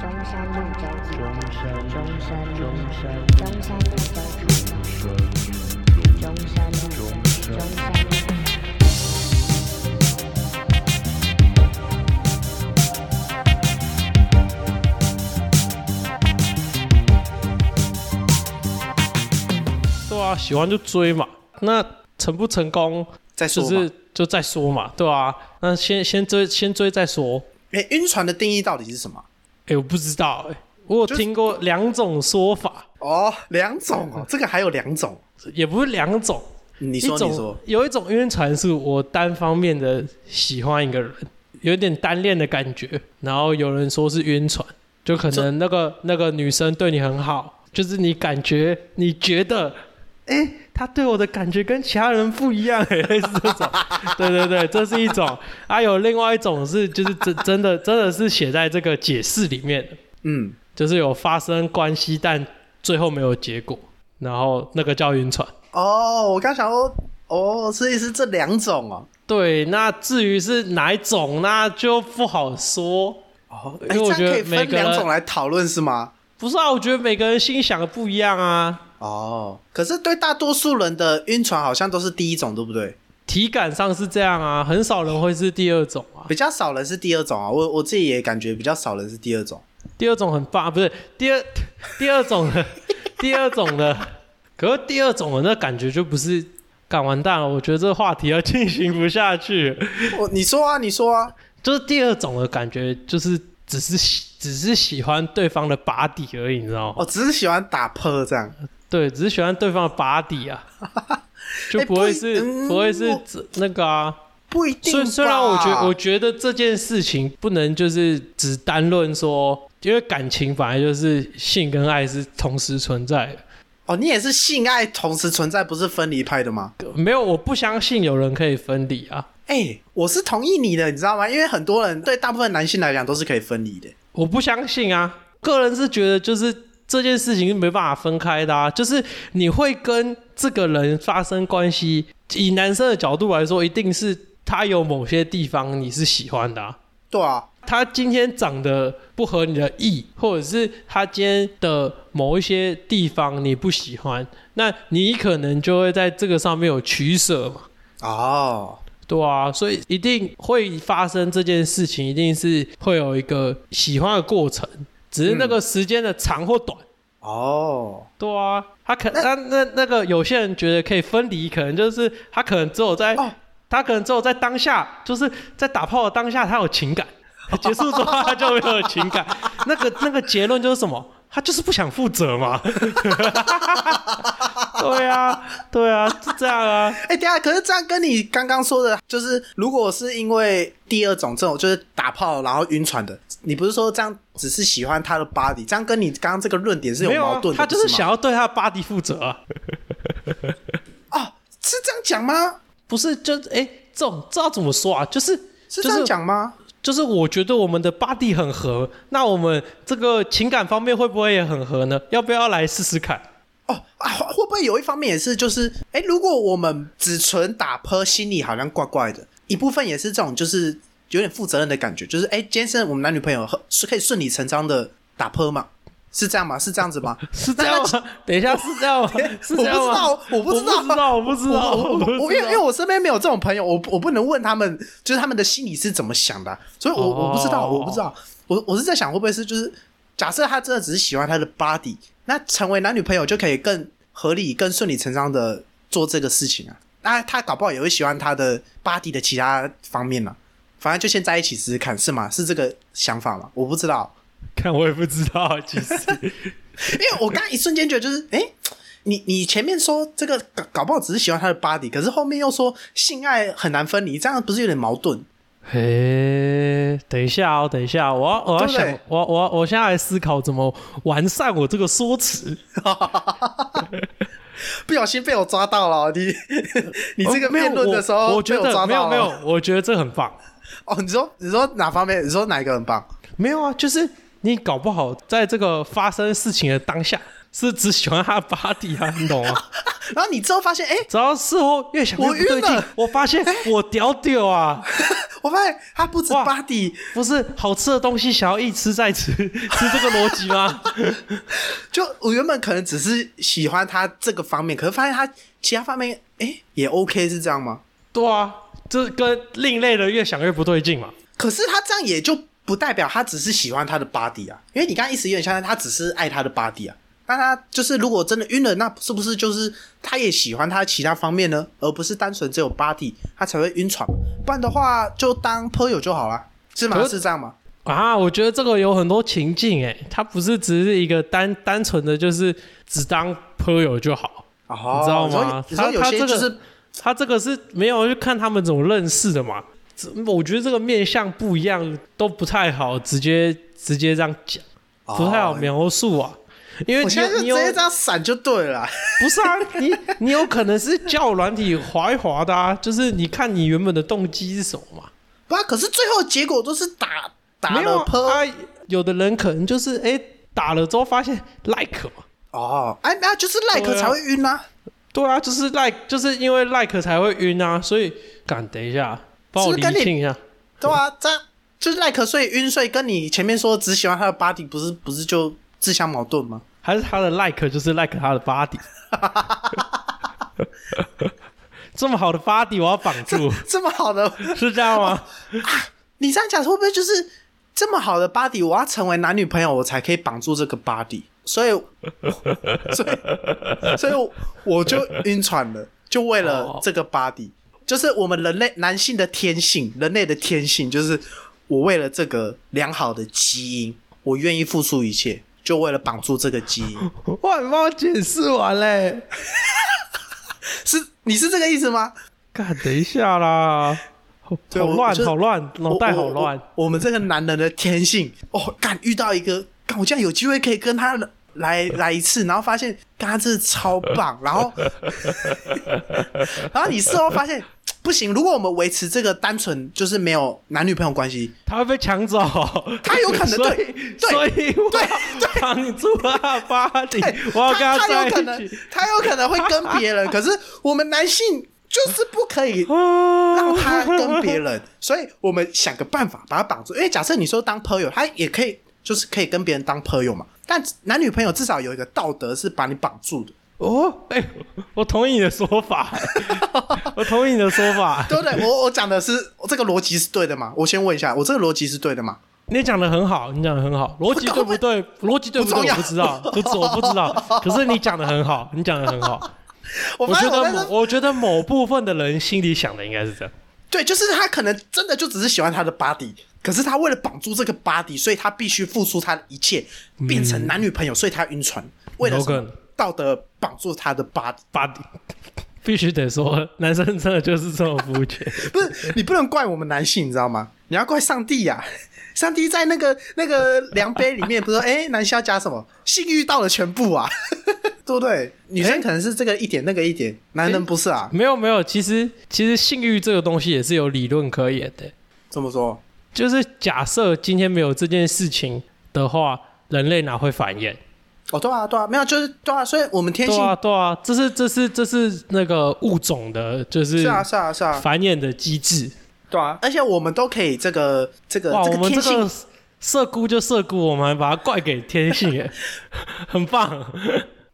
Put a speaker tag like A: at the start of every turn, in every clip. A: 中山路中
B: 中山路
A: 中山路
B: 中山路
A: 中山路中中山路中山路。
C: 对啊，喜欢就追嘛。那成不成功，
D: 再
C: 就
D: 说吧。
C: 是就再说嘛，对啊。那先先追，先追再说。
D: 哎、晕船的定义到底是什么？
C: 哎、我不知道哎、我有
D: 就是
C: 听过两种说法，
D: 哦，两种 哦，这个还有两种。
C: 也不是两种，
D: 你
C: 一
D: 说，
C: 种
D: 你说，
C: 有一种晕船是我单方面的喜欢一个人，有点单恋的感觉，然后有人说是晕船，就可
D: 这
C: 能那个那个女生对你很好，就是你感觉你觉得。哎、她对我的感觉跟其他人不一样、 哎，类似这种，对对对，这是一种。还有另外一种是，就是真真的真的是写在这个解释里面的，
D: 嗯，
C: 就是有发生关系，但最后没有结果，然后那个叫晕船。
D: 哦，我刚想说，哦，所以是这两种哦。
C: 对，那至于是哪一种，那就不好说。
D: 哦，
C: 因
D: 哎、
C: 为我
D: 这样
C: 觉
D: 可
C: 得
D: 以
C: 每
D: 分
C: 个人
D: 两种来讨论是吗？
C: 不是啊，我觉得每个人心想的不一样啊，
D: 哦，可是对大多数人的晕船好像都是第一种，对不对？
C: 体感上是这样啊，很少人会是第二种啊。
D: 比较少人是第二种啊，我我自己也感觉比较少人是第 二种。
C: 第二种很棒，啊不是第二 第二种的， 第二种的，可是第二种的那感觉就不是。干完蛋了，我觉得这话题要进行不下去了。
D: 我你说啊，你说啊，
C: 就是第二种的感觉，就是只是喜只是喜欢对方的把底而已，你知道吗？
D: 我哦只是喜欢打破这样。
C: 对，只是喜欢对方的把底 啊，就
D: 哎
C: 不会
D: 不
C: 是、
D: 嗯
C: 不会是
D: 我
C: 这那个啊。
D: 不一定
C: 虽
D: 吧。
C: 虽然我觉我觉得这件事情不能就是只单论说，因为感情本来就是性跟爱是同时存在的。
D: 哦，你也是性爱同时存在，不是分离派的吗？
C: 没有，我不相信有人可以分离啊！
D: 哎、我是同意你的，你知道吗？因为很多人对大部分男性来讲都是可以分离的。
C: 我不相信啊！个人是觉得就是这件事情是没办法分开的啊，就是你会跟这个人发生关系，以男生的角度来说，一定是他有某些地方你是喜欢的啊。
D: 对啊，
C: 他今天长得不合你的意，或者是他今天的某一些地方你不喜欢，那你可能就会在这个上面有取舍嘛，
D: 哦，
C: 对啊，所以一定会发生这件事情，一定是会有一个喜欢的过程，只是那个时间的长或短。
D: 哦，
C: 对啊，他可他那那个有些人觉得可以分离，可能就是他可能只有在、
D: 哦
C: 他可能只有在当下，就是在打炮的当下他有情感， 结束之后他就没有情感。 那个那个结论就是什么？他就是不想负责嘛。 对啊，对啊，是这样啊。
D: 哎、等一下，可是这样跟你刚刚说的，就是如果是因为第二种这种就是打炮然后晕船的，你不是说这样只是喜欢他的 body，这样跟你刚刚这个论点是
C: 没有
D: 矛
C: 啊
D: 盾，的，
C: 他就是
D: 不
C: 想要对他的 body 负责啊。
D: 吗哦，是这样讲吗？
C: 不是，就是哎、这种这要怎么说啊？就是就
D: 是这样讲吗？
C: 就是我觉得我们的 body 很合，那我们这个情感方面会不会也很合呢？要不要来试试看？
D: 哦啊，会会不会有一方面也是就是，哎、如果我们只纯打泼，心里好像怪怪的，一部分也是这种就是有点负责任的感觉，就是哎、今天是我们男女朋友很是可以顺理成章的打泼嘛？是这样吗？是这样子吗？
C: 是这样吗？等一下，是这 样吗？是这样吗？
D: 我不知道我不
C: 我
D: 知
C: 不知道，
D: 我
C: 我不知道，
D: 我我因为因为
C: 为
D: 我身边没有这种朋友，我不我不能问他们，就是他们的心里是怎么想的啊、所以我
C: 哦
D: 我不知道，我不知道，我我是在想会不会是就是，假设他真的只是喜欢他的 body，那成为男女朋友就可以更合理、更顺理成章的做这个事情啊。那他搞不好也会喜欢他的 body 的其他方面呢、反正就先在一起试试看，是吗？是这个想法吗？我不知道，
C: 看我也不知道，其 实
D: 因为我刚刚一瞬间觉得就是，哎、你你前面说这个搞搞不好只是喜欢他的 body，可是后面又说性爱很难分离，这样不是有点矛盾？
C: 嘿，等一下哦，等一下，我要我要
D: 对不对
C: 想，我我我现在来思考怎么完善我这个说辞。
D: 不小心被我抓到了，你你这个
C: 哦没有
D: 辩论的时候
C: 我我觉
D: 被我抓
C: 得没有
D: 到啊
C: 没有
D: 了，
C: 我觉得这很棒。
D: 哦，你说你说哪方面？你说哪一个很棒？
C: 没有啊，就是你搞不好在这个发生事情的当下，是只喜欢他的 body 啊，你懂 吗？
D: 然后你之后发现，哎、
C: 只要事后越想越
D: 我
C: 不对
D: 晕了
C: 劲，我发现我屌屌啊，
D: 我发现它不止
C: 哇
D: body，
C: 不是好吃的东西想要一吃再吃，是这个逻辑 吗？
D: 就我原本可能只是喜欢它这个方面，可是发现它其他方面，哎、也 OK 是这样吗？
C: 对啊，这跟另类的越想越不对劲嘛。
D: 可是他这样也就不代表他只是喜欢他的 body 啊，因为你刚刚意思有点像他只是爱他的 body 啊。那他就是如果真的晕了，那是不是就是他也喜欢他其他方面呢？而不是单纯只有 body，他才会晕船。不然的话，就当朋友就好了，是吗？
C: 可
D: 是这样吗？
C: 啊，我觉得这个有很多情境诶，它不是只是一个单单纯的就是只当朋友就好，
D: 哦
C: 你知道
D: 你说
C: 吗
D: 你说
C: 他
D: 有
C: 他
D: 些
C: 这
D: 就
C: 个
D: 是
C: 他这个是没有去看他们怎么认识的嘛。这我觉得这个面相不一样，都不太好直接直接这样讲，不太好
D: 哦
C: 描述啊。因为
D: 我
C: 你
D: 现在就
C: 有
D: 直
C: 你有
D: 接这样闪就对 了啦。
C: 不是啊，你你有可能是叫软体滑一滑的啊，就是你看你原本的动机是什么嘛。
D: 不然，可是最后结果都是打打
C: 没有
D: 了
C: 啊
D: per，
C: 有的人可能就是哎、诶打了之后发现 like 嘛，
D: 哦，哎，那就是
C: 对
D: like
C: 啊
D: 才会晕啊，
C: 对啊，就是 like 就是因为 like 才会晕啊，所以敢等一下帮我
D: 是
C: 理
D: 不是跟你
C: 清一下。
D: 对啊，这样就是 like 所以晕，所以跟你前面说只喜欢他的 body 不是不是就自相矛盾吗？
C: 还是他的 like 就是 like 他的 body。这么好的 body 我要绑住，
D: 这么好的，
C: 是这样吗？
D: 你这样讲会不会就是这么好的 body，我要成为男女朋友，我才可以绑住这个 body？所以， 所以，所以我我就晕船了，就为了这个 body，就是我们人类男性的天性，人类的天性就是我为了这个良好的基因，我愿意付出一切，就为了绑住这个基因。
C: 我还没帮我解释完嘞，
D: 是你是这个意思吗？
C: 干等一下啦，好
D: 对我
C: 乱
D: 我就
C: 好乱，脑袋好乱
D: 我。我我我们这个男人的天性，哦，干遇到一个，干我竟然有机会可以跟他来 来一次，然后发现，干他真的超 棒，然后，然后你事后发现不行，如果我们维持这个单纯就是没有男女朋友关系，
C: 他会被抢走，
D: 他有可能
C: 所
D: 对
C: 以
D: 对
C: 所以我
D: 对
C: 要绑住他巴黎， 我要跟
D: 他他
C: 在
D: 有可能
C: 一起。
D: 他有可能会跟别人，可是我们男性就是不可以
C: 啊
D: 让他跟别人，所以我们想个办法把他绑住。因为假设你说当朋友，他也可以，就是可以跟别人当朋友嘛。但男女朋友至少有一个道德是把你绑住的，
C: 哦，哎、我同意你的说 法，我同意你的说法，
D: 对不对？ 我我讲的是我这个逻辑是对的嘛？我先问一下，我这个逻辑是对的嘛？
C: 你讲的很好，你讲的很好，逻辑对不对？逻辑对不对？
D: 不重
C: 我
D: 要
C: 不知道，不 知我不知道，可是你讲的很好，你讲的很好。
D: 我
C: 我
D: 发
C: 觉
D: 现我
C: 得
D: 在
C: 某，
D: 这，
C: 我觉得某部分的人心里想的应该是这样。
D: 对，就是他可能真的就只是喜欢他的 body，可是他为了绑住这个 body，所以他必须付出他的一切，变成男女朋友，所以他晕船，为了
C: 有
D: 什
C: 可
D: 么
C: 能
D: 道德绑住他的 body。
C: 巴黎 必须得说，男生真的就是这么肤浅。
D: 不是你不能怪我们男性，你知 道吗？你要怪上帝呀、上帝在那个那个量杯里面不是说，哎、男性要加什么？性欲到了全部 啊，对不
C: 哎
D: 对？女生可能是这个一点，那个一点，男人不是啊？
C: 没有没有，其实其实性欲这个东西也是有理论可言的。
D: 怎么说？
C: 就是假设今天没有这件事情的话，人类哪会繁衍？
D: 哦，对啊，对啊，没有，就是对啊，所以我们天
C: 对
D: 性、
C: 啊对啊，这是这是这是那个物种的，就是
D: 是啊，是啊，是啊，
C: 繁衍的机制。
D: 对啊，而且我们都可以这个这个
C: 哇，
D: 呃这
C: 我
D: 个
C: 们
D: 天
C: 这
D: 性
C: 个色姑就色姑，我们还把它怪给天性， 耶，很棒。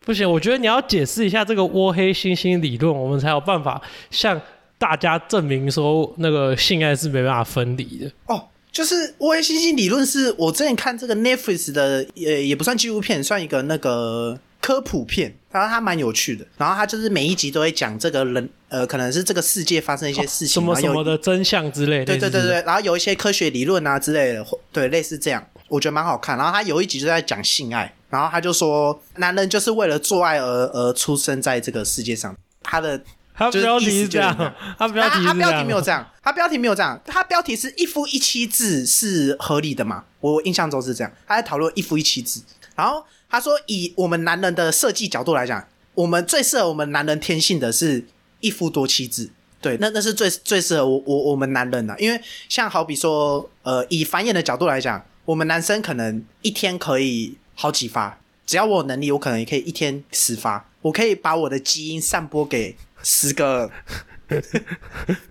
C: 不行，我觉得你要解释一下这个窝黑猩猩理论，我们才有办法向大家证明说那个性爱是没办法分离的。
D: 哦，就是窝黑猩猩理论是我之前看这个 Netflix 的，也也不算纪录片，算一个那个科普片，然后它蛮有趣的。然后它就是每一集都会讲这个人，呃，可能是这个世界发生一些事情，
C: 什么
D: 然
C: 什
D: 后有
C: 么的真相之类的。
D: 对对对
C: 类似这种，
D: 对，然后有一些科学理论啊之类的，或对，类似这样，我觉得蛮好看。然后他有一集就在讲性爱，然后他就说，男人就是为了做爱而而出生在这个世界上。他的
C: 他
D: 就是
C: 标
D: 意
C: 题
D: 思
C: 是这
D: 就是这
C: 样
D: 样， 啊
C: 他标题
D: 他
C: 是
D: 他
C: 这
D: 标题
C: 样，
D: 没有这样，他标题没有这样，他标题是一夫一妻制是合理的嘛？我印象中是这样，他在讨论一夫一妻制，然后他说以我们男人的设计角度来讲，我们最适合我们男人天性的是一夫多妻制。对，那那是最最适合我我我们男人的、啊因为像好比说，呃，以繁衍的角度来讲，我们男生可能一天可以好几发，只要我有能力，我可能也可以一天十发，我可以把我的基因散播给十个。没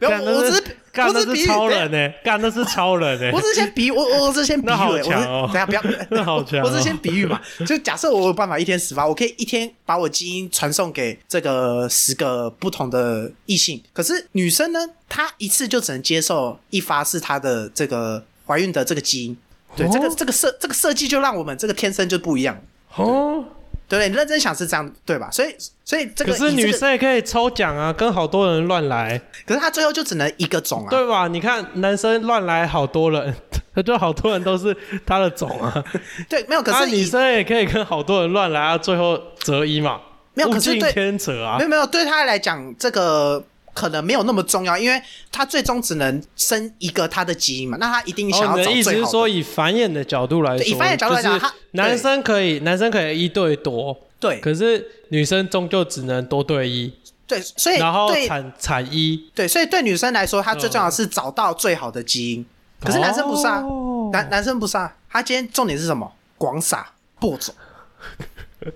D: 有，
C: 干
D: 我我
C: 那
D: 只
C: 是
D: 是
C: 干
D: 我
C: 那
D: 只比
C: 是
D: 喻
C: 超，人
D: 等
C: 呢、干那是超人欸呢、
D: 一下我只是先比喻，我我只是先比 喻，
C: 那好
D: 我是
C: 强哦
D: 等一下不要，
C: 那好强哦
D: 我只是先比喻嘛。就假设我有办法一天十发，我可以一天把我基因传送给这个十个不同的异性。可是女生呢，她一次就只能接受一发是她的这个怀孕的这个基因。对，这个
C: 哦
D: 这个设这个设计就让我们这个天生就不一样。
C: 哦，
D: 对不对？你认真想是这样，对吧？所以，所以这个
C: 可是
D: 以这个
C: 女生也可以抽奖啊，跟好多人乱来，
D: 可是他最后就只能一个种啊。
C: 对吧？你看男生乱来好多人， 就好多人都是他的种啊。
D: 对，没有。可
C: 啊，
D: 是
C: 女
D: 以、
C: 生也可以跟好多人乱来啊，最后择一嘛，
D: 没有
C: 物
D: 可是
C: 竞
D: 对
C: 天择啊
D: 没。有没有，对他来讲，这个可能没有那么重要，因为他最终只能生一个他的基因嘛。那他一定想
C: 哦，
D: 要
C: 你
D: 找
C: 的意思
D: 最
C: 是
D: 好
C: 说，
D: 的。
C: 以繁衍的角度来说，
D: 对以繁衍角度来讲
C: 就是
D: 他
C: 男
D: 对
C: 生可以，男生可以一对多，
D: 对
C: 可是女生终究只能多对一，
D: 对，所以
C: 然后
D: 对
C: 产产一。
D: 对，所以对女生来说，她最重要的是找到最好的基因。可是男生不是啊，
C: 嗯哦
D: 男男生不是啊，他今天重点是什么？广撒播 种，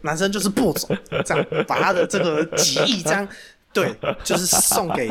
D: 男生就是播种，这样把他的这个几亿这样，对，就是送 给，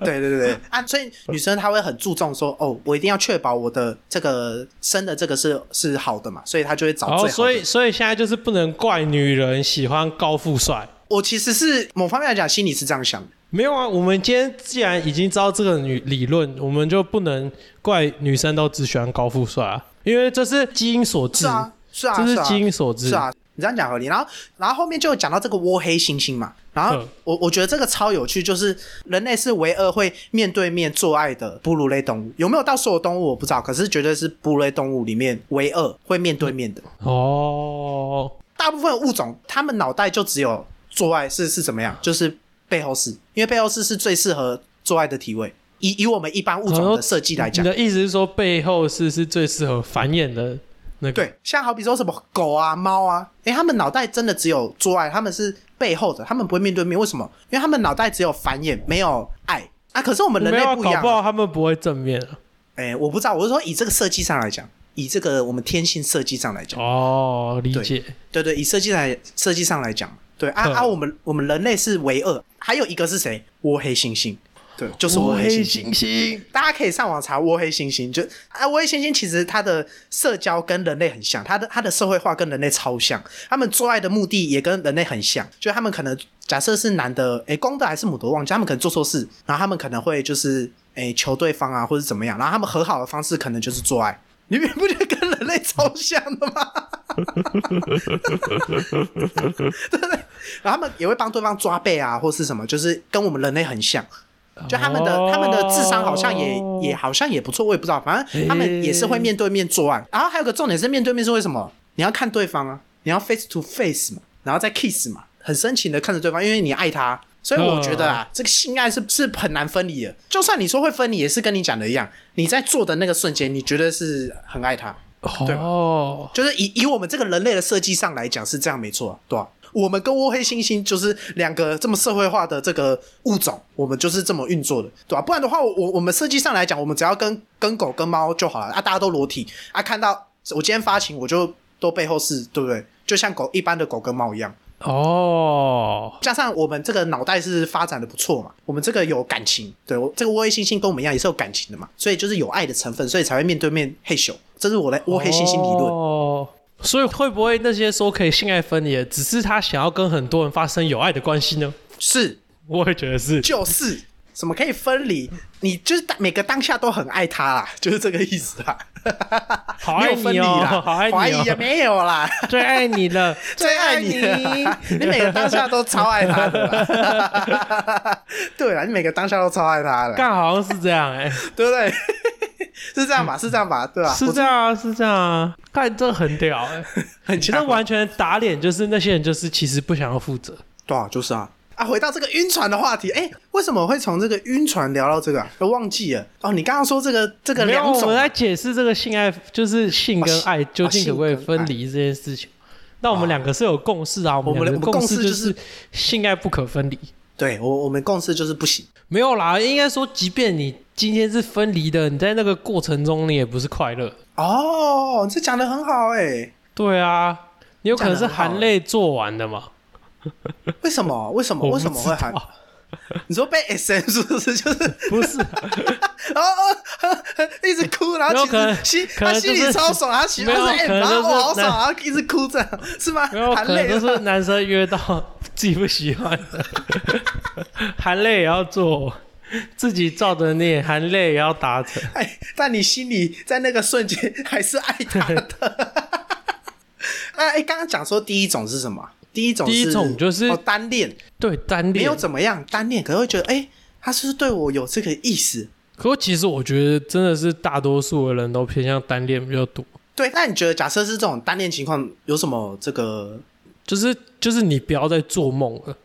D: 对对对对啊，所以女生她会很注重说，哦，我一定要确保我的这个生的这个是是好的嘛，所以她就会找最
C: 然
D: 好
C: 后
D: 的。
C: 哦所以所以现在就是不能怪女人喜欢高富帅。
D: 我其实是某方面来讲，心里是这样想的，
C: 没有啊，我们今天既然已经知道这个女理论，我们就不能怪女生都只喜欢高富帅啊，因为这是基因所致，
D: 是啊，是啊，
C: 嗯这是
D: 啊
C: 基因所致。
D: 是啊，你这样讲合理。然后，然后后面就有讲到这个窝黑猩猩嘛，然后
C: 嗯
D: 我我觉得这个超有趣，就是人类是唯二会面对面做爱的哺乳类动物，有没有到所有动物我不知道，可是绝对是哺乳类动物里面唯二会面对面的。
C: 哦，
D: 大部分物种，他们脑袋就只有做爱是是怎么样，就是背后式，因为背后式是最适合做爱的体位。以以我们一般物种的设计来
C: 你
D: 讲，
C: 的意思是说背后是是最适合繁衍的那个？，
D: 对，像好比说什么狗啊、猫啊，诶，他们脑袋真的只有做爱，他们是背后的，他们不会面对面，为什么？因为他们脑袋只有繁衍，没有爱啊。可是我们人
C: 没
D: 类
C: 有啊，
D: 不一
C: 搞
D: 样
C: 不
D: 啊，
C: 好他们不会正面啊。
D: 诶，我不知道，我是说以这个设计上来讲，以这个我们天性设计上来讲，
C: 哦，理
D: 对
C: 解。
D: 对对，以设计上来设计上来讲，对啊
C: 嗯
D: 啊，我们我们人类是唯二，还有一个是谁？窝黑猩猩，对，就是窝黑猩猩。
C: 猩，
D: 大家可以上网查窝黑猩猩，就啊，窝黑猩猩其实它的社交跟人类很像，它的它的社会化跟人类超像，他们做爱的目的也跟人类很像，就他们可能假设是男的，诶、公的还是母的，我忘记，他们可能做错事，然后他们可能会就是诶、求对方啊，或者怎么样，然后他们和好的方式可能就是做爱，你们不觉得跟人类超像的吗？然后他们也会帮对方抓背啊，或是什么，就是跟我们人类很像。就他们的、他们的智商好像也也好像也不错，我也不知道，反正他们也是会面对面作案。然后还有个重点是面对面是为什么？你要看对方啊，你要 face to face 嘛，然后再 kiss 嘛，很深情的看着对方，因为你爱他。所以我觉得啊，这个性爱是是很难分离的。就算你说会分离，也是跟你讲的一样，你在做的那个瞬间，你觉得是很爱他。对吧
C: 哦，
D: 就是以以我们这个人类的设计上来讲是这样没错、啊，对吧、我们跟窝黑猩猩就是两个这么社会化的这个物种，我们就是这么运作的，对吧、不然的话，我我我们设计上来讲，我们只要跟跟狗跟猫就好了啊，大家都裸体啊，看到我今天发情，我就都背后是，对不对？就像狗一般的狗跟猫一样，
C: 哦，
D: 加上我们这个脑袋是发展的不错嘛，我们这个有感情，对我这个窝黑猩猩跟我们一样也是有感情的嘛，所以就是有爱的成分，所以才会面对面嘿咻，这是我的窝黑猩猩理论。
C: 哦，所以会不会那些说可以性爱分离的，只是他想要跟很多人发生有爱的关系呢？
D: 是，
C: 我也觉得是。
D: 就是什么可以分离，你就是当每个当下都很爱他啦， 就是这个意思啦。
C: 好
D: 没
C: 爱
D: 有分
C: 你
D: 离
C: 哦
D: 啦，，
C: 好 爱
D: 怀
C: 你
D: 疑也
C: 哦，
D: 没 有啦，
C: 最爱你了，
D: 最爱你啦，你每个当下都超爱他的啦。 对啦，你每个当下都超爱他的，
C: 干好像是这样哎、
D: 对不对？ 是这样吧？是这样吧？对吧？
C: 嗯是
D: 我
C: 这样啊，是这样啊，干这很屌哎、
D: 很
C: 其实
D: 强，
C: 完全打脸就是那些人就是其实不想要负责。
D: 对啊，就是啊。啊，回到这个晕船的话题，哎、为什么会从这个晕船聊到这个、啊？我忘记了哦，你刚刚说这个这个
C: 没有，
D: 两
C: 我
D: 种
C: 们
D: 啊
C: 在解释这个性爱，就是性跟爱究竟可不可
D: 啊
C: 以分离这件事情。那我们两个是有共识啊，我
D: 我们
C: 两个
D: 我们
C: 共
D: 共识
C: 就
D: 就是
C: 是性爱不可分离。
D: 对我我们共识就是不行。
C: 没有啦，应该说，即便你今天是分离的，你在那个过程中你也不是快乐的。
D: 哦，这讲的很好哎、
C: 对啊，你有可能
D: 这
C: 是
D: 样很好
C: 含泪做完的嘛？
D: 为什么？为什么？
C: 我不
D: 为
C: 知道
D: 什么会喊？你说被 SM 是不是就是哦
C: 不是，
D: 然后呃呃一直哭，然后
C: 没有可
D: 其实
C: 能
D: 心
C: 可能
D: 他心
C: 就
D: 里
C: 是
D: 超爽，他喜欢
C: 没有
D: 说哎，
C: 可能
D: 然后
C: 就是
D: 我好爽，
C: 男
D: 然后一直哭这样是吗？
C: 没有
D: 含
C: 可能
D: 泪
C: 都是
D: 了，
C: 男生约到自己不喜欢的，含泪也要做，自己照着念，含泪也要达成。
D: 哎，但你心里在那个瞬间还是爱他的。 哎哎，刚刚讲说第一种是什么？第一种
C: 第一种就是
D: 哦单恋，
C: 对，单
D: 没
C: 恋
D: 有。怎么样，单恋，可是会觉得哎，他是不是对我有这个意思？
C: 可其实我觉得真的是大多数的人都偏向单恋比较多，
D: 对，那你觉得假设是这种单恋情况，有什么这个
C: 就是就是你不要再做梦 了。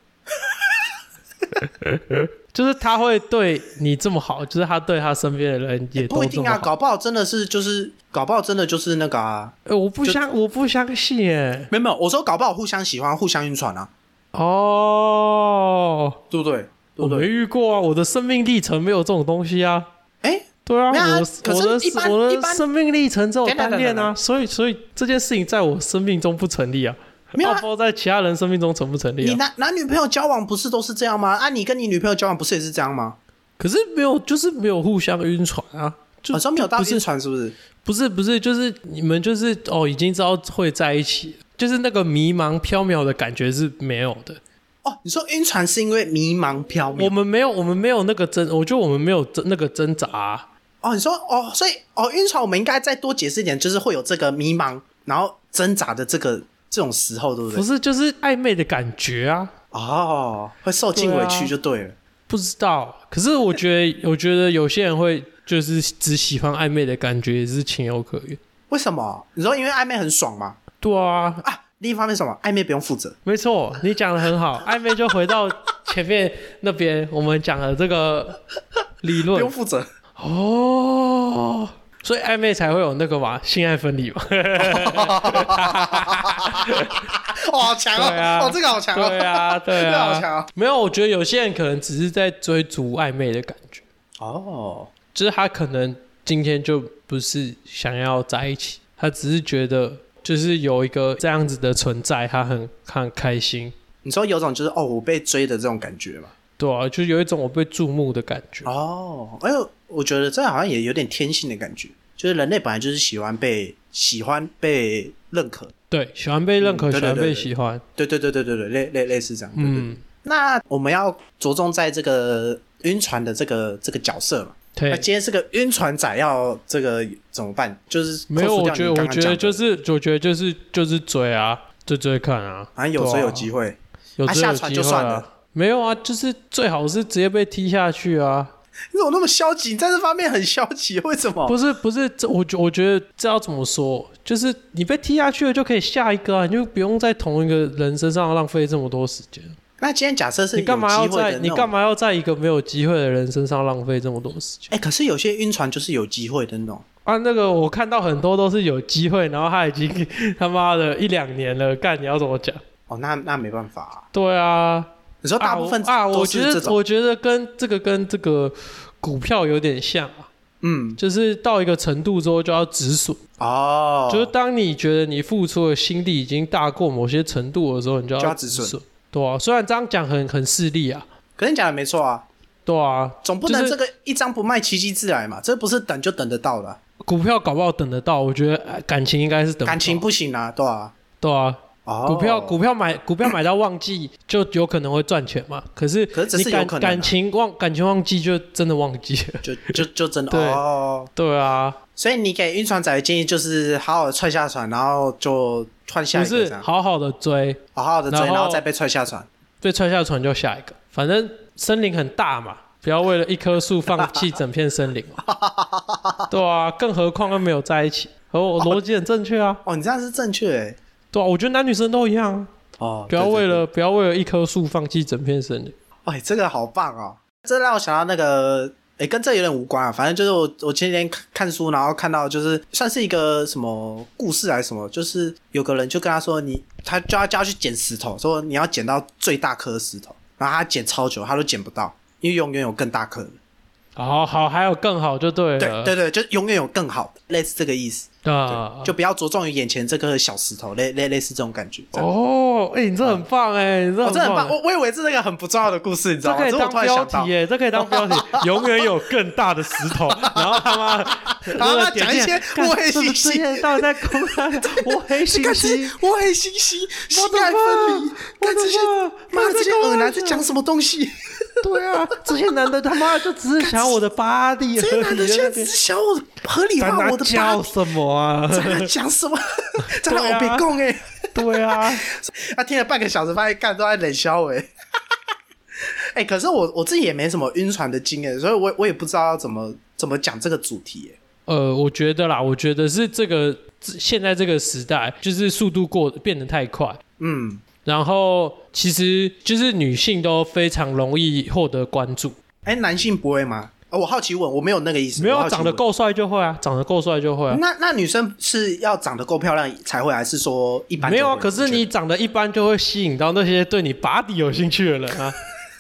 C: 就是他会对你这么好，就是他对他身边的人也
D: 不
C: 都
D: 一
C: 这
D: 定
C: 么
D: 啊，
C: 好。
D: 搞不好真的是就是，搞不好真的就是那个啊，
C: 哎、我不相，我不相信哎、
D: 没有没有，我说搞不好互相喜欢，互相晕船啊，
C: 哦，
D: 对不对？对
C: 我
D: 不
C: 没
D: 对？
C: 遇过啊，我的生命历程没有这种东西啊。
D: 哎，
C: 对啊，
D: 没有
C: 我
D: 啊
C: 的
D: 可是
C: 我的
D: 一般
C: 我
D: 一
C: 的
D: 般
C: 生命历程只有
D: 等等
C: 单恋
D: 等
C: 啊，
D: 等
C: 所以所以这件事情在我生命中不成立啊，
D: 没有
C: 啊不
D: 啊
C: 知道在其他人生命中成不成立
D: 你
C: 啊。
D: 男男女朋友交往不是都是这样吗？啊，你跟你女朋友交往不是也是这样吗？
C: 可是没有，就是没有互相晕船啊，就
D: 好像没有
C: 就
D: 到
C: 不是
D: 晕船，是不是？
C: 不是不是，就是你们就是哦，已经知道会在一起，就是那个迷茫缥缈的感觉是没有的。
D: 哦，你说晕船是因为迷茫飘
C: 我
D: 渺？
C: 们没有，我们没有那个挣，我觉得我们没有挣那个挣扎啊、
D: 哦，你说哦，所以哦，晕船我们应该再多解释一点，就是会有这个迷茫，然后挣扎的这个这种时候，对不
C: 不
D: 对？
C: 是就是暧昧的感觉啊。
D: 哦，会受尽委屈就对了。
C: 不知道，可是我觉得，我 觉得有些人会就是只喜欢暧昧的感觉，也是情有可原。
D: 为什么？你说因为暧昧很爽吗？
C: 对啊，
D: 啊，另一方面是什么？暧昧不用负责。
C: 没错，你讲的很好。暧昧就回到前面那边我们讲的这个理
D: 不
C: 论
D: 用负责。
C: 哦，所以暧昧才会有那个嘛，性爱分 离嘛。
D: 哇，好强
C: 对啊
D: 哦！哦，这个好强哦！
C: 对啊，对
D: 这个好
C: 啊
D: 强，哦
C: 没有，我觉得有些人可能只是在追逐暧昧的感觉，
D: 哦。
C: 就是他可能今天就不是想要在一起，他只是觉得就是有一个这样子的存在，他很他很开心，
D: 你说有种就是哦，我被追的这种感觉嘛？
C: 对啊，就有一种我被注目的感觉。
D: 哦，哎呦，我觉得这好像也有点天性的感觉，就是人类本来就是喜欢被喜欢被认可。
C: 对，喜欢被认可，
D: 嗯
C: 喜欢
D: 对对对
C: 被
D: 对
C: 喜欢，
D: 对对对对对对，类类类似这样。嗯，
C: 嗯，
D: 那我们要着重在这个晕船的这个这个角色嘛。那
C: 对。
D: 今天是个晕船仔，要这个怎么办？就是
C: 没有，
D: 扣除
C: 我
D: 掉
C: 觉得，我
D: 你刚刚
C: 觉
D: 讲
C: 得
D: 的
C: 就是，我觉得就是就是追啊，追追看啊，
D: 反正有追
C: 对啊
D: 有机会。
C: 有
D: 啊
C: 这有
D: 下
C: 机
D: 船
C: 会
D: 就算
C: 啊
D: 了。
C: 没有啊，就是最好是直接被踢下去啊！
D: 你怎么那么消极？你在这方面很消极，为什么？
C: 不是不是，这我觉我觉得这要怎么说？就是你被踢下去了就可以下一个啊，你就不用在同一个人身上浪费这么多时间。
D: 那今天假设是
C: 你干嘛要
D: 有机会的
C: 在你
D: 那种
C: 干？嘛要在一个没有机会的人身上浪费这么多时间
D: 哎、可是有些晕船就是有机会的那种。
C: 啊？那个我看到很多都是有机会，然后他已经 他妈的一两年了，干你要怎么讲？
D: 哦，那那没办法、啊。
C: 对啊，
D: 你说大部分
C: 啊，我啊
D: 都
C: 我
D: 是
C: 觉
D: 这
C: 得
D: 种，
C: 我觉得跟这个跟这个股票有点像啊。
D: 嗯，
C: 就是到一个程度之后就要止损，
D: 哦，
C: 就是当你觉得你付出的心力已经大过某些程度的时候，你就
D: 就要
C: 止
D: 止损
C: 损。对啊，虽然这样讲很很势利啊，
D: 可是你讲的没错啊，
C: 对啊，
D: 总不能
C: 就是
D: 这个一张不卖，其机自来嘛，这不是等就等得到的啊、
C: 股票搞不好等得到，我觉得呃感情应该是等不到
D: 感情不行啊，对吧、
C: 对啊，
D: 哦，
C: 股票股票买股票买到旺季就有可能会赚钱嘛，可是
D: 可是只
C: 你
D: 是
C: 感
D: 有可能啊
C: 感情旺感情旺季就真的旺季了，
D: 就就就真的
C: 对
D: 哦，
C: 对啊，
D: 所以你给晕船仔的建议就是好好的踹下船，然后就换下
C: 不
D: 一个
C: 是
D: 这样，哦
C: 好好的追，
D: 好好的追，
C: 然后
D: 然后再被踹下船。
C: 被踹下船就下一个，反正森林很大嘛，不要为了一棵树放弃整片森 林嘛。对啊，更何况又没有在一起，而我逻辑很正确啊。
D: 哦，你这样是正确欸
C: 对啊，我觉得男女生都一样啊，
D: 哦，
C: 不要
D: 对对
C: 为
D: 对
C: 了不要为了一棵树放弃整片森林。
D: 哎，这个好棒哦！这让我想到那个，哎，跟这有点无关啊。反正就是我，我前几天看看书，然后看到就是算是一个什么故事还是什么，就是有个人就跟他说你，他就要叫他去捡石头，说你要捡到最大颗的石头，然后他捡超久，他都捡不到，因为永远有更大颗的。
C: 好好，还有更好就对啊
D: 对
C: 了，啊
D: 对对，就永远有更好的，类似这个意思，
C: 对
D: 对，就不要着重于眼前这颗小石头，类类类似这种感觉。这样
C: 哦，哎、你这很棒哎、你这
D: 哦，
C: 很
D: 这很
C: 棒，
D: 棒，我我以为这是一个很不重要的故事，你知
C: 这
D: 道吗？
C: 可以
D: 只是我
C: 当
D: 突然想
C: 标
D: 到
C: 题，耶，这可以当标 题，永远有更大的石头，然后他 妈，然
D: 然后他
C: 点
D: 讲一
C: 进来
D: 些
C: 干
D: 我很
C: 这
D: 信
C: 这
D: 息
C: 些到底在公 开，我很信
D: 干
C: 息
D: 这，我很心虚，心
C: 的
D: 爱分离
C: 妈，我的
D: 干这些
C: 妈
D: 妈
C: 我的
D: 这些
C: 妈
D: 耳男
C: 这
D: 在讲什么 东西？
C: 对啊，这些男的他妈就只是想我的 body
D: 这些
C: 而
D: 男的
C: 已，
D: 现在只是想我合理
C: 在
D: 化
C: 那
D: 我的爸
C: 叫
D: 比，
C: 什么啊？
D: 在那讲 什么？在那
C: 对啊
D: 我别供哎，
C: 对啊，
D: 他听了半个小时，发现干都在冷笑 哎。哎，可是我我自己也没什么晕船的经验，所以我我也不知道要怎么怎么讲这个主题。哎
C: 呃，我觉得啦，我觉得是这个现在这个时代，就是速度过变得太快，
D: 嗯，
C: 然后其实就是女性都非常容易获得关注，
D: 哎，男性不会吗？哦我好奇问，我没有那个意思。
C: 没
D: 我
C: 有啊
D: 好奇
C: 长得
D: 问嗯
C: 够帅就会啊，长得够帅就会啊。
D: 那那女生是要长得够漂亮才会，还是说一般就会？
C: 没有啊，可是
D: 觉
C: 你
D: 得
C: 长得一般就会吸引到那些对你拔底有兴趣的人 啊，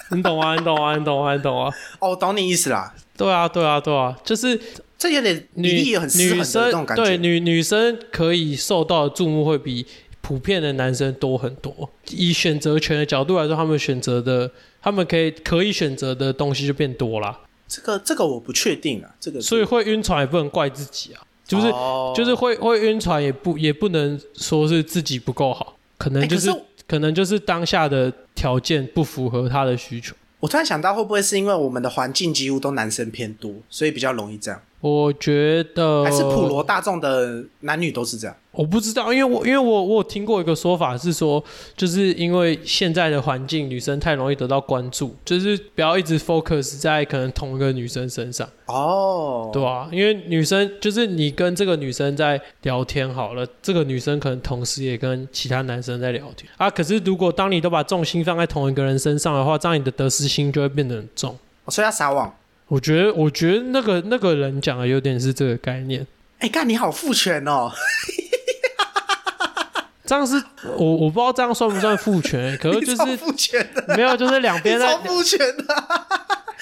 C: 你懂吗？你懂吗？你懂吗？你懂吗？
D: 哦，我懂你意思啦，
C: 对啊，对啊，对啊，就是
D: 这有点比
C: 女
D: 例也很失衡
C: 女
D: 的那种
C: 生
D: 感
C: 对
D: 觉。
C: 女女生可以受到的注目会比普遍的男生多很多。以选择权的角度来说，他们选择的，他们可以可以选择的东西就变多啦，
D: 这个这个我不确定啊，这个
C: 所以会晕船也不能怪自己啊，就是、
D: 哦
C: 就是会会晕船也不也不能说是自己不够好，可能
D: 哎
C: 就是,、
D: 可是
C: 可能就是当下的条件不符合他的需求。
D: 我突然想到，会不会是因为我们的环境几乎都男生偏多，所以比较容易这样？
C: 我觉得
D: 还是普罗大众的男女都是这样？
C: 我不知道，因为我因为我我有听过一个说法是说，就是因为现在的环境，女生太容易得到关注，就是不要一直 focus 在可能同一个女生身上，
D: 哦，
C: 对啊，因为女生就是你跟这个女生在聊天好了，这个女生可能同时也跟其他男生在聊天啊。可是如果当你都把重心放在同一个人身上的话，这样你的得失心就会变得很重。
D: 所以要撒网。
C: 我觉得，我觉得那个那个人讲的有点是这个概念。
D: 哎，干你好父权哦！
C: 这样是我我不知道这样算不算父 权、可是
D: 你
C: 就
D: 超
C: 是
D: 父权的，
C: 没有，就是两
D: 你
C: 边在
D: 超父权的，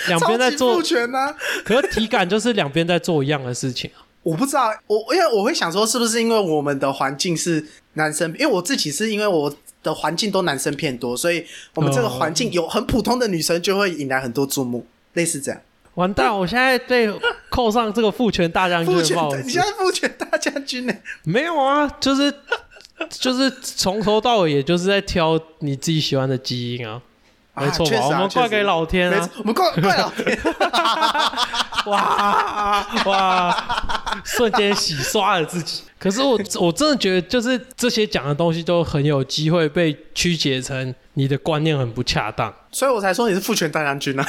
C: 两边在
D: 超级
C: 做
D: 父，权呢、啊。
C: 可是体感就是两边在做一样的事情啊。
D: 我不知道，我因为我会想说，是不是因为我们的环境是男生，因为我自己是因为我的环境都男生偏多，所以我们这个环境有很普通的女生就会引来很多注目，
C: 嗯
D: 类似这样。
C: 完蛋，我现在被扣上这个父权大将军
D: 父
C: 的帽
D: 权，你现
C: 子。
D: 在父权大将军呢、
C: 没有啊，就是 就是从头到尾，也就是在挑你自己喜欢的基因啊。
D: 啊
C: 没错
D: 确实
C: 嘛，
D: 啊
C: 我们
D: 确
C: 怪
D: 实
C: 给老天
D: 没
C: 啊
D: 错！，我们怪怪老天，
C: 哇哇，瞬间洗刷了自己。可是我我真的觉得，就是这些讲的东西都很有机会被曲解成你的观念很不恰当。
D: 所以我才说你是父权大将军啊！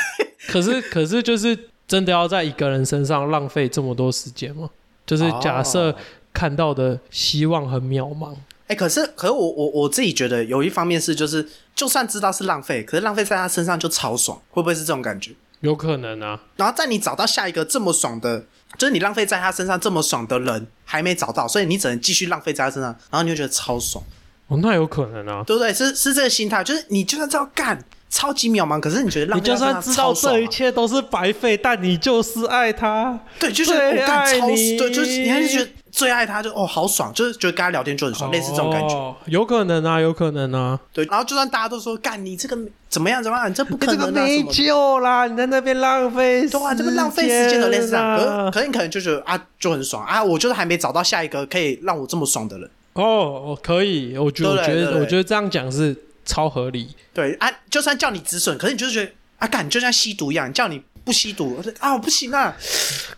C: 可是， 可是就是真的要在一个人身上浪费这么多时间吗？就是假设
D: 哦
C: 看到的希望很渺茫，
D: 哎、可是可是我我我自己觉得有一方面是，就是就算知道是浪费，可是浪费在他身上就超爽，会不会是这种感觉？
C: 有可能啊。
D: 然后在你找到下一个这么爽的，就是你浪费在他身上这么爽的人还没找到，所以你只能继续浪费在他身上，然后你就觉得超爽，
C: 哦，那有可能啊。
D: 对不对？是是这个心态，就是你就算知道干超级渺茫，可是你觉得浪
C: 你
D: 费在
C: 就
D: 他
C: 算
D: 身上
C: 知道
D: 超爽、
C: 这
D: 啊
C: 一，切都是白费，但你就是爱他。
D: 对，就是
C: 最
D: 我干
C: 爱
D: 超
C: 你
D: 对，就是你还是觉得最爱他就哦好爽，就是觉得跟他聊天就很爽，类似这种感觉。
C: 哦，有可能啊，有可能啊。
D: 对，然后就算大家都说干你这个怎么样怎么样，你这不可
C: 这
D: 能、
C: 个
D: 啊、什么
C: 没
D: 的
C: 救啦！你在那边浪费时间
D: 对
C: 啊，
D: 啊，这个浪费时间的类似这样，可可是你可能就觉得啊，就很爽啊，我就是还没找到下一个可以让我这么爽的人。
C: 哦，哦可以，我觉得，我
D: 对
C: 觉
D: 对
C: 得，
D: 对
C: 我觉得这样讲是超合理。
D: 对啊，就算叫你止损，可是你就是觉得啊，干，你就像吸毒一样，叫你不吸毒我说啊，我不行啊，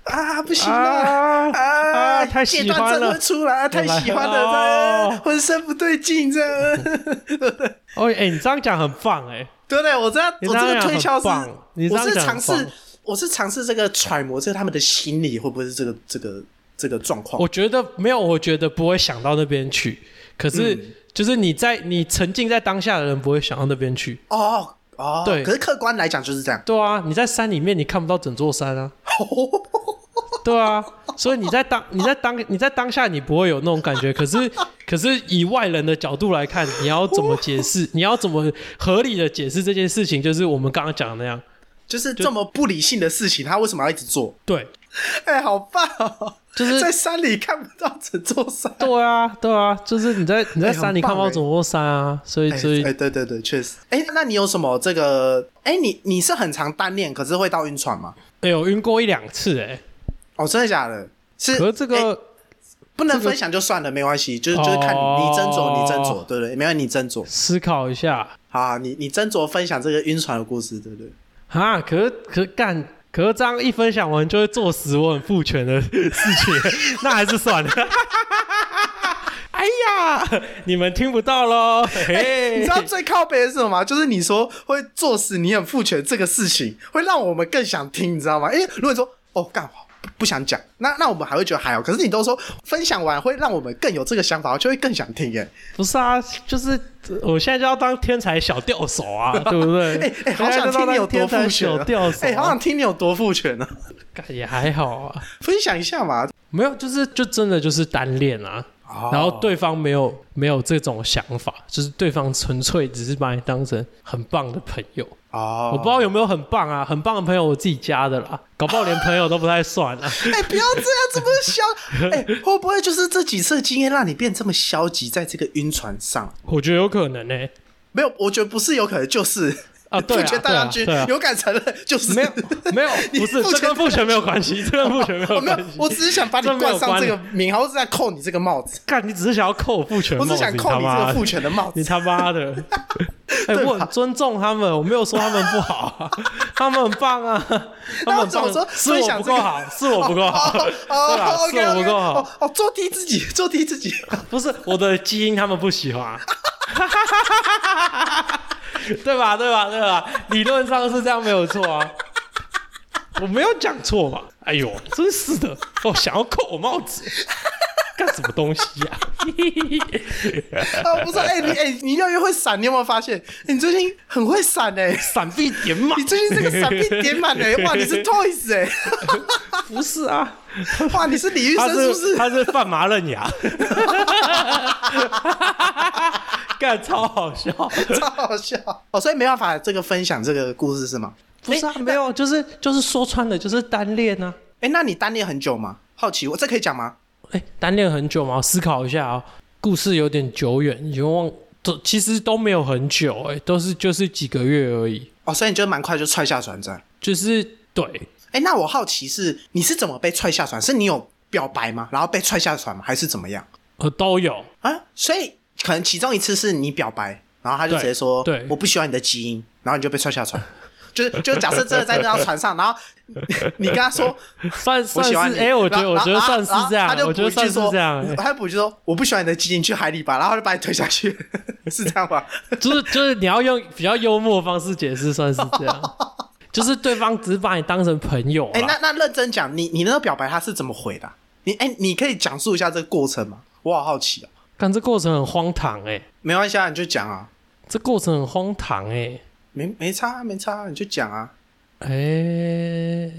D: 啊，不行啊。
C: 啊
D: 啊！
C: 太
D: 戒
C: 喜
D: 断
C: 欢
D: 症
C: 了
D: 会出来，太喜欢了，
C: 哦
D: 啊浑身不对劲，这样，
C: 哦，哎、你这样讲很棒哎、
D: 对不对？我这样，
C: 你
D: 我
C: 这样
D: 这个
C: 讲
D: 推
C: 很
D: 敲是
C: 棒你，这
D: 我
C: 样
D: 是
C: 讲
D: 尝
C: 很
D: 试
C: 棒，
D: 我是尝试这个揣摩这个他们的心理会不会是这个这个这个状况
C: 我。觉得没有，我觉得不会想到那边去。可是、
D: 嗯
C: 就是你在你沉浸在当下的人不会想到那边去。
D: 哦哦，
C: 对
D: 可是客观来讲就是这样。
C: 对啊，你在山里面你看不到整座山啊。对啊，所以你在当你在当你在当下你不会有那种感觉，可是可是以外人的角度来看，你要怎么解释？你要怎么合理的解释这件事情？就是我们刚刚讲的那样，
D: 就是这么不理性的事情，他为什么要一直做？
C: 对，
D: 哎、好棒哦！
C: 就是
D: 在山里看不到整座山。
C: 对啊，对啊，就是你在你在
D: 哎
C: 山
D: 很
C: 里看不
D: 棒
C: 到
D: 哎
C: 整座山啊，所以
D: 哎
C: 所以
D: 哎，对对对，确实。哎、那你有什么这个？哎、你你是很常单恋，可是会到晕船吗？
C: 哎有晕过一两次哎，
D: 哦，真的假的？是，
C: 可是这
D: 哎
C: 个
D: 不能
C: 这个哦
D: 分享就算了，没关系，就是就是看你你斟酌，你斟酌，对不对？没有你斟酌，
C: 思考一下
D: 好啊，你你斟酌分享这个晕船的故事，对不 对？
C: 啊，可是可是干。可是这样一分享完就会做死我很父权的事情， 那还是算了。 哎呀，你们听不到喽！嘿
D: 哎你知道最靠背的是什么吗？就是你说会作死，你很父权这个事情，会让我们更想听，你知道吗？因为如果你说哦干好不想讲，那那我们还会觉得还好。可是你都说分享完会让我们更有这个想法，就会更想听耶。
C: 不是啊，就是我现在就要当天才小钓手啊，对不对？
D: 哎、 哎、好想听你有多
C: 天
D: 父
C: 才
D: 权、
C: 小
D: 啊！
C: 钓手、
D: 哎、好想听你有多父权呢、啊？
C: 干也还好啊，
D: 分享一下嘛。
C: 没有，就是就真的就是单恋啊。
D: 哦
C: 然后对方没有没有这种想法，就是对方纯粹只是把你当成很棒的朋友。
D: 哦，
C: 我不知道有没有很棒啊，很棒的朋友我自己加的啦，搞不好连朋友都不太算啊。
D: 哎、不要这样，这么消， 哎、会不会就是这几次的经验让你变这么消极，在这个晕船上？
C: 我觉得有可能欸呢、
D: 没有，我觉得不是，有可能就是
C: 啊对啊
D: 父权大将军
C: 对啊对啊
D: 有敢承认就是
C: 没有没有，
D: 你
C: 不是
D: 父
C: 这
D: 权
C: 跟父权没有关 系，这跟父权没有
D: 我没有
C: 关系，。
D: 我只是想把你
C: 这没有
D: 冠上这个
C: 关
D: 名号，我只是在扣你这个帽子，
C: 干，你只是想要扣我父权
D: 我
C: 帽子，
D: 只是想扣
C: 他
D: 你这
C: 妈
D: 个
C: 的
D: 父权的帽
C: 你
D: 子。
C: 他妈的！ 哎、
D: 对吧
C: 我很尊重他们，我没有说他们不好、 啊，他们很棒啊，他
D: 那
C: 们
D: 我
C: 很
D: 怎么
C: 棒。
D: 说
C: 是我不够好，是我不够好，
D: 哦
C: 对吧？是
D: 哦，OK
C: 我不
D: OK，
C: 够好
D: 哦，哦，做低自己，做低自己。
C: 不是我的基因，他们不喜 欢。对吧？对吧？对吧？理论上是这样，没有错啊。我没有讲错吧？哎呦，真是的！哦，想要扣我帽子，干什么东西啊呀、
D: 哦，不是，哎，你哎，你越来越会闪，你有没有发现？哎你最近很会闪哎，
C: 闪避点嘛
D: 你？最近这个闪避点满 哎，哇，你是 Toys 哎。
C: 不是啊，
D: 哇，你是李玉
C: 他
D: 生是不是？
C: 他是犯麻啊刃牙， 干超好笑。
D: 超好笑哦！所以没办法，这个分享这个故事是吗？
C: 不是啊，没有，就是就是说穿了就是单恋啊。
D: 哎、那你单恋很久吗？好奇，我这可以讲吗？
C: 哎、单恋很久吗？我思考一下啊、故事有点久远，已经忘都其实都没有很久、哎，都是就是几个月而已。
D: 哦，所以你就蛮快就踹下船这样。
C: 就是对，
D: 哎、那我好奇是你是怎么被踹下船？是你有表白吗？然后被踹下船吗？还是怎么样
C: 呃，都有。
D: 啊？所以可能其中一次是你表白，然后他就直接说：“
C: 对对
D: 我不喜欢你的基因。”然后你就被踹下 船。就是就假设真的在那条船上，然后你跟他说
C: 算
D: 我
C: 算
D: 喜
C: 是
D: 欢你。
C: 哎、我觉得我
D: 然后
C: 觉得
D: 然后
C: 算是
D: 然后
C: 这
D: 他
C: 样，
D: 就
C: 我觉得
D: 补一
C: 算
D: 句
C: 是
D: 说
C: 这样， 哎
D: 他就补一句说：“我不喜欢你的基因，去海里吧。”然后就把你推下去， 是这样吧？
C: 就是就是你要用比较幽默的方式解释，算是这样， 就是对方只是把你当成朋友啊
D: 哎，
C: 啦
D: 那那认真讲，你你那个表白他是怎么回的啊？你哎，你可以讲述一下这个过程吗？我好好奇哦。
C: 但这过程很荒唐哎、
D: 没关系啊，你就讲啊，
C: 这过程很荒唐哎、
D: 没没差啊没差啊，你就讲啊。
C: 哎、欸，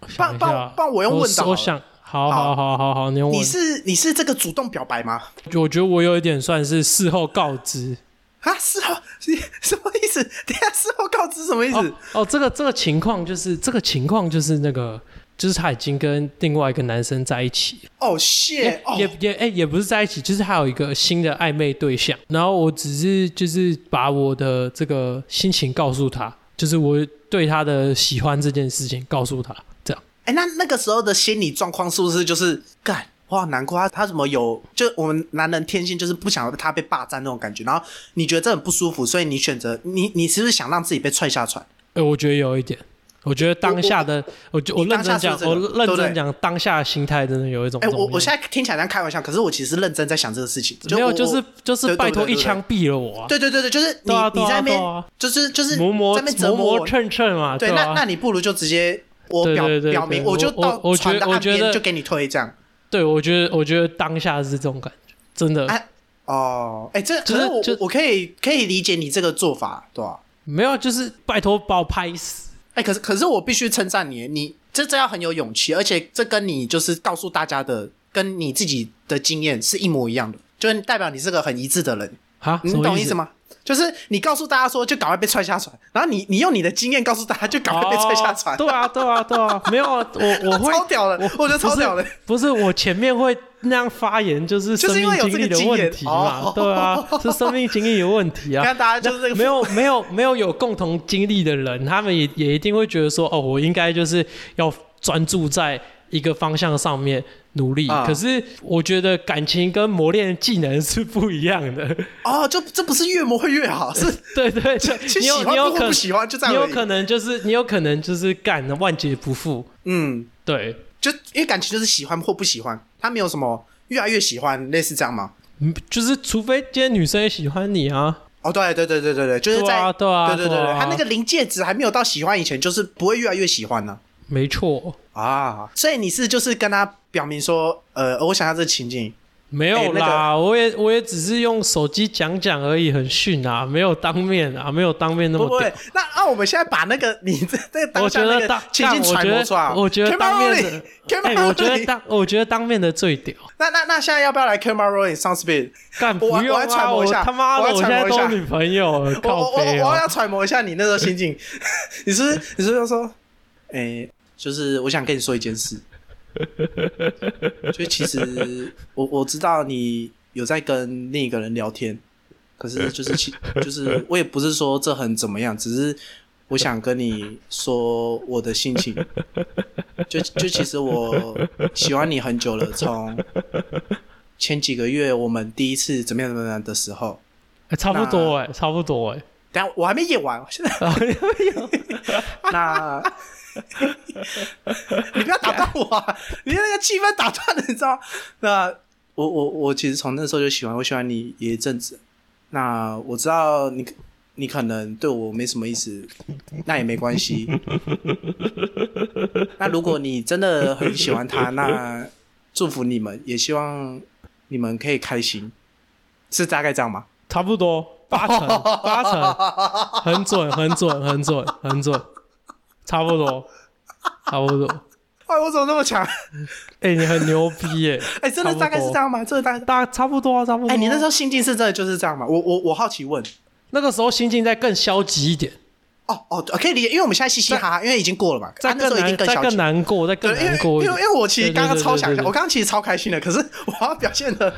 C: 我想一
D: 帮
C: 下
D: 帮帮我用问的好
C: 我
D: 了
C: 想，好好好好好，你用问
D: 你。是你是这个主动表白吗？
C: 我觉得我有一点算是事后告知。
D: 啊，事后你什么意 思？等一下事后告知什么意
C: 哦
D: 思？
C: 哦，这个这个情况就是这个情况就是那个。就是他已经跟另外一个男生在一起，
D: 哦，谢哦
C: 也也哎、也不是在一起，就是还有一个新的暧昧对象。然后我只是就是把我的这个心情告诉他，就是我对他的喜欢这件事情告诉他，这样。
D: 哎、那那个时候的心理状况是不是就是干？哇，难怪他他怎么有？就我们男人天性就是不想他被霸占那种感觉，然后你觉得这很不舒服，所以你选择你你是不是想让自己被踹下船？
C: 哎、我觉得有一点，我觉得当下的，我就我
D: 你
C: 认
D: 当
C: 真
D: 下
C: 讲，
D: 是
C: 我
D: 这个
C: 认
D: 对
C: 真
D: 不对
C: 讲，当下的心态真的有一种
D: 哎、
C: 重
D: 我
C: 量
D: 我现在听起来像开玩笑，可是我其实认真在想这个事情。
C: 没有，
D: 我
C: 就是就是
D: 对
C: 拜托
D: 对对
C: 一枪毙了我啊、
D: 对对对对，就是你、
C: 对啊对啊
D: 你在那边、
C: 对啊
D: 就是就是
C: 磨磨
D: 在那边折
C: 磨
D: 磨
C: 磨
D: 我。
C: 蹭蹭嘛，
D: 对，那
C: 啊
D: 那你不如就直接我
C: 对
D: 表
C: 对对
D: 表
C: 对
D: 明，
C: 我
D: 就
C: 我
D: 到
C: 我觉
D: 船的
C: 我
D: 岸
C: 觉得
D: 边就给你推这样。
C: 对我觉得我觉得当下是这种感觉，真的、
D: 哎哦，哎、这
C: 就
D: 可
C: 是
D: 是我
C: 就
D: 我可以可以理解你这个做法，对吧、
C: 没有，就是拜托把我拍死。
D: 哎、可是可是我必须称赞你，你这这要很有勇气，而且这跟你就是告诉大家的，跟你自己的经验是一模一样的，就是代表你是个很一致的人，
C: 哈，
D: 你
C: 什么
D: 懂
C: 意
D: 意思吗？就是你告诉大家说就赶快被踹下船，然后你你用你的经验告诉大家就赶快被踹下船，
C: 哦对啊，对啊，对啊，没有啊，我我会
D: 超屌的，我觉得超屌的。
C: 不是我前面会那样发言，就是
D: 就
C: 生
D: 是因
C: 命
D: 为有
C: 经历的
D: 这个经验
C: 问题嘛，
D: 哦
C: 对啊，是生命经历的问题
D: 你
C: 啊。
D: 看大家就是这个
C: 没有没有没有有共同经历的人，他们也也一定会觉得说，哦，我应该就是要专注在一个方向上面努力。
D: 啊
C: 可是我觉得感情跟磨练技能是不一样的。
D: 哦，就这不是越磨会越好，是
C: 对对对，
D: 去
C: 你有
D: 喜欢
C: 你有
D: 或
C: 可
D: 不喜欢就这
C: 你
D: 样
C: 有
D: 而
C: 可
D: 已。
C: 能就是你有可能就是干万劫不复。
D: 嗯，
C: 对，
D: 就因为感情就是喜欢或不喜欢，他没有什么越来越喜欢，类似这样吗？
C: 嗯就是除非今天女生也喜欢你啊，
D: 哦，对对对对对对，就是
C: 对
D: 在
C: 啊对啊
D: 对对
C: 对
D: 对，
C: 啊
D: 他那个临界值还没有到喜欢以前，就是不会越来越喜欢呢、
C: 没错，
D: 啊，所以你是就是跟他表明说，呃，我想要这个情境，
C: 没有
D: 哎那个
C: 啦，我也我也只是用手机讲讲而已，很逊啊，没有当面啊，没有当面那
D: 不
C: 么
D: 不
C: 屌
D: 会。。那那我们现在把那个你这这当
C: 我
D: 下
C: 觉
D: 那
C: 得
D: 个
C: 当
D: 情
C: 干我
D: 境揣
C: 觉
D: 摩
C: 得
D: 出来，啊
C: 我觉得
D: Kemba
C: 当面的
D: Rowling，，Kemba
C: 哎、我觉得
D: Rowling
C: 当我觉得当面的最屌，
D: 那那那现在要不要来 c a m e r o l i n 上 speed？
C: 干
D: 我
C: 不用
D: 我来揣
C: 啊，
D: 摩
C: 我
D: 一下
C: 他妈的，
D: 我来
C: 我现
D: 揣
C: 在
D: 摩一下
C: 都女朋友了，
D: 我
C: 靠
D: 我我
C: 背
D: 我
C: 啊
D: 要，揣摩一下你那时候心 境，你是不是你是不是说，哎、就是我想跟你说一件事，就其实我我知道你有在跟另一个人聊天，可是就是其就是我也不是说这很怎么样，只是我想跟你说我的心情，就就其实我喜欢你很久了，从前几个月我们第一次怎么样怎么样的时候。
C: 哎差不多哎、差不多哎、
D: 等一下我还没演完，我现在 那，你不要打断我、啊，你那个气氛打断了，你知道吗？那我我我其实从那时候就喜欢，我喜欢你一阵子。那我知道你你可能对我没什么意思，那也没关系。那如果你真的很喜欢他，那祝福你们，也希望你们可以开心，是大概这样吗？
C: 差不多八 成八成，很准很准很准很准，差不多差不多，
D: 哎，我怎么那么强？
C: 哎、你很牛逼耶、
D: 哎、真的
C: 差不多
D: 大概是这样吗？真的大概是
C: 大差不多啊，差不多啊。
D: 哎、你那时候心境是真的就是这样吗？
C: 嗯
D: 我我我好奇问。
C: 那个时候心境再更消极一点，
D: 哦哦，可以理解，因为我们现在嘻嘻哈哈，因为已经过了嘛，
C: 再
D: 啊那时
C: 更
D: 候已经
C: 难，再
D: 消
C: 更
D: 极。
C: 难过，再更
D: 对，因
C: 难
D: 为
C: 过一
D: 因
C: 点。
D: 为因为我其实刚刚超想
C: 对对对对
D: 笑，
C: 对
D: 我刚刚其实超开心的，可是我要表 现的，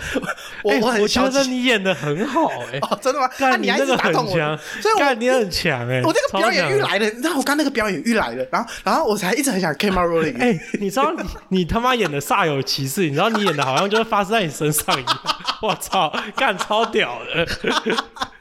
D: 我
C: 哎
D: 我很
C: 我觉
D: 消
C: 得
D: 极。
C: 你演的很好哎，
D: 哦，真的吗？那
C: 干
D: 你还一
C: 那
D: 直
C: 个
D: 打
C: 很
D: 动我，
C: 强，
D: 所以
C: 干你
D: 我
C: 很强哎，
D: 我这个
C: 超
D: 表演
C: 强
D: 欲。来了，你知道我刚那个表演欲来了，然后然后我才一直很想 camera rolling。
C: 哎，你知道你你他妈演的煞有其事，你知道你演的好像就是发生在你身上一样， 我操，干超屌的，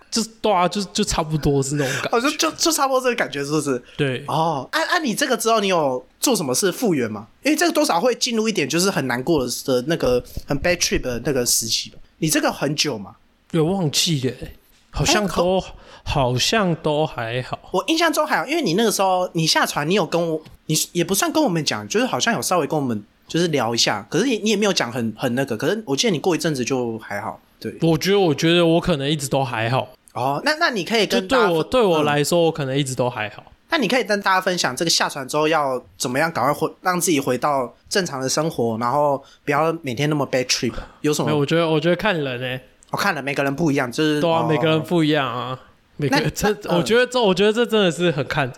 C: 就是对啊，就就差不多是那种感，
D: 哦，就就就差不多这个感觉，是不是？
C: 对，
D: 哦，按、按、你这个之后，你有做什么事复原吗？因为这个多少会进入一点就是很难过的的那个很 bad trip 的那个时期吧。你这个很久嘛？
C: 有忘记了哎，好像
D: 哎可
C: 都好像都还好。
D: 我印象中还有，因为你那个时候你下船，你有跟我，你也不算跟我们讲，就是好像有稍微跟我们就是聊一下，可是你你也没有讲很很那个，可是我记得你过一阵子就还好。对，
C: 我觉得，我觉得我可能一直都还好，
D: 哦，那那你可以
C: 就
D: 跟
C: 对
D: 大家
C: 我
D: 分
C: 对我
D: 嗯
C: 来说，我可能一直都还好。
D: 那你可以跟大家分享这个下船之后要怎么样赶快回让自己回到正常的生活，然后不要每天那么 bad trip，有什
C: 没
D: 么
C: 有，我觉得我觉得看人呢、
D: 我哦看了每个人不一样，就是
C: 对啊，
D: 哦
C: 每个人不一样啊，每个
D: 那
C: 这
D: 那嗯
C: 我觉得这我觉得这真的是很看人，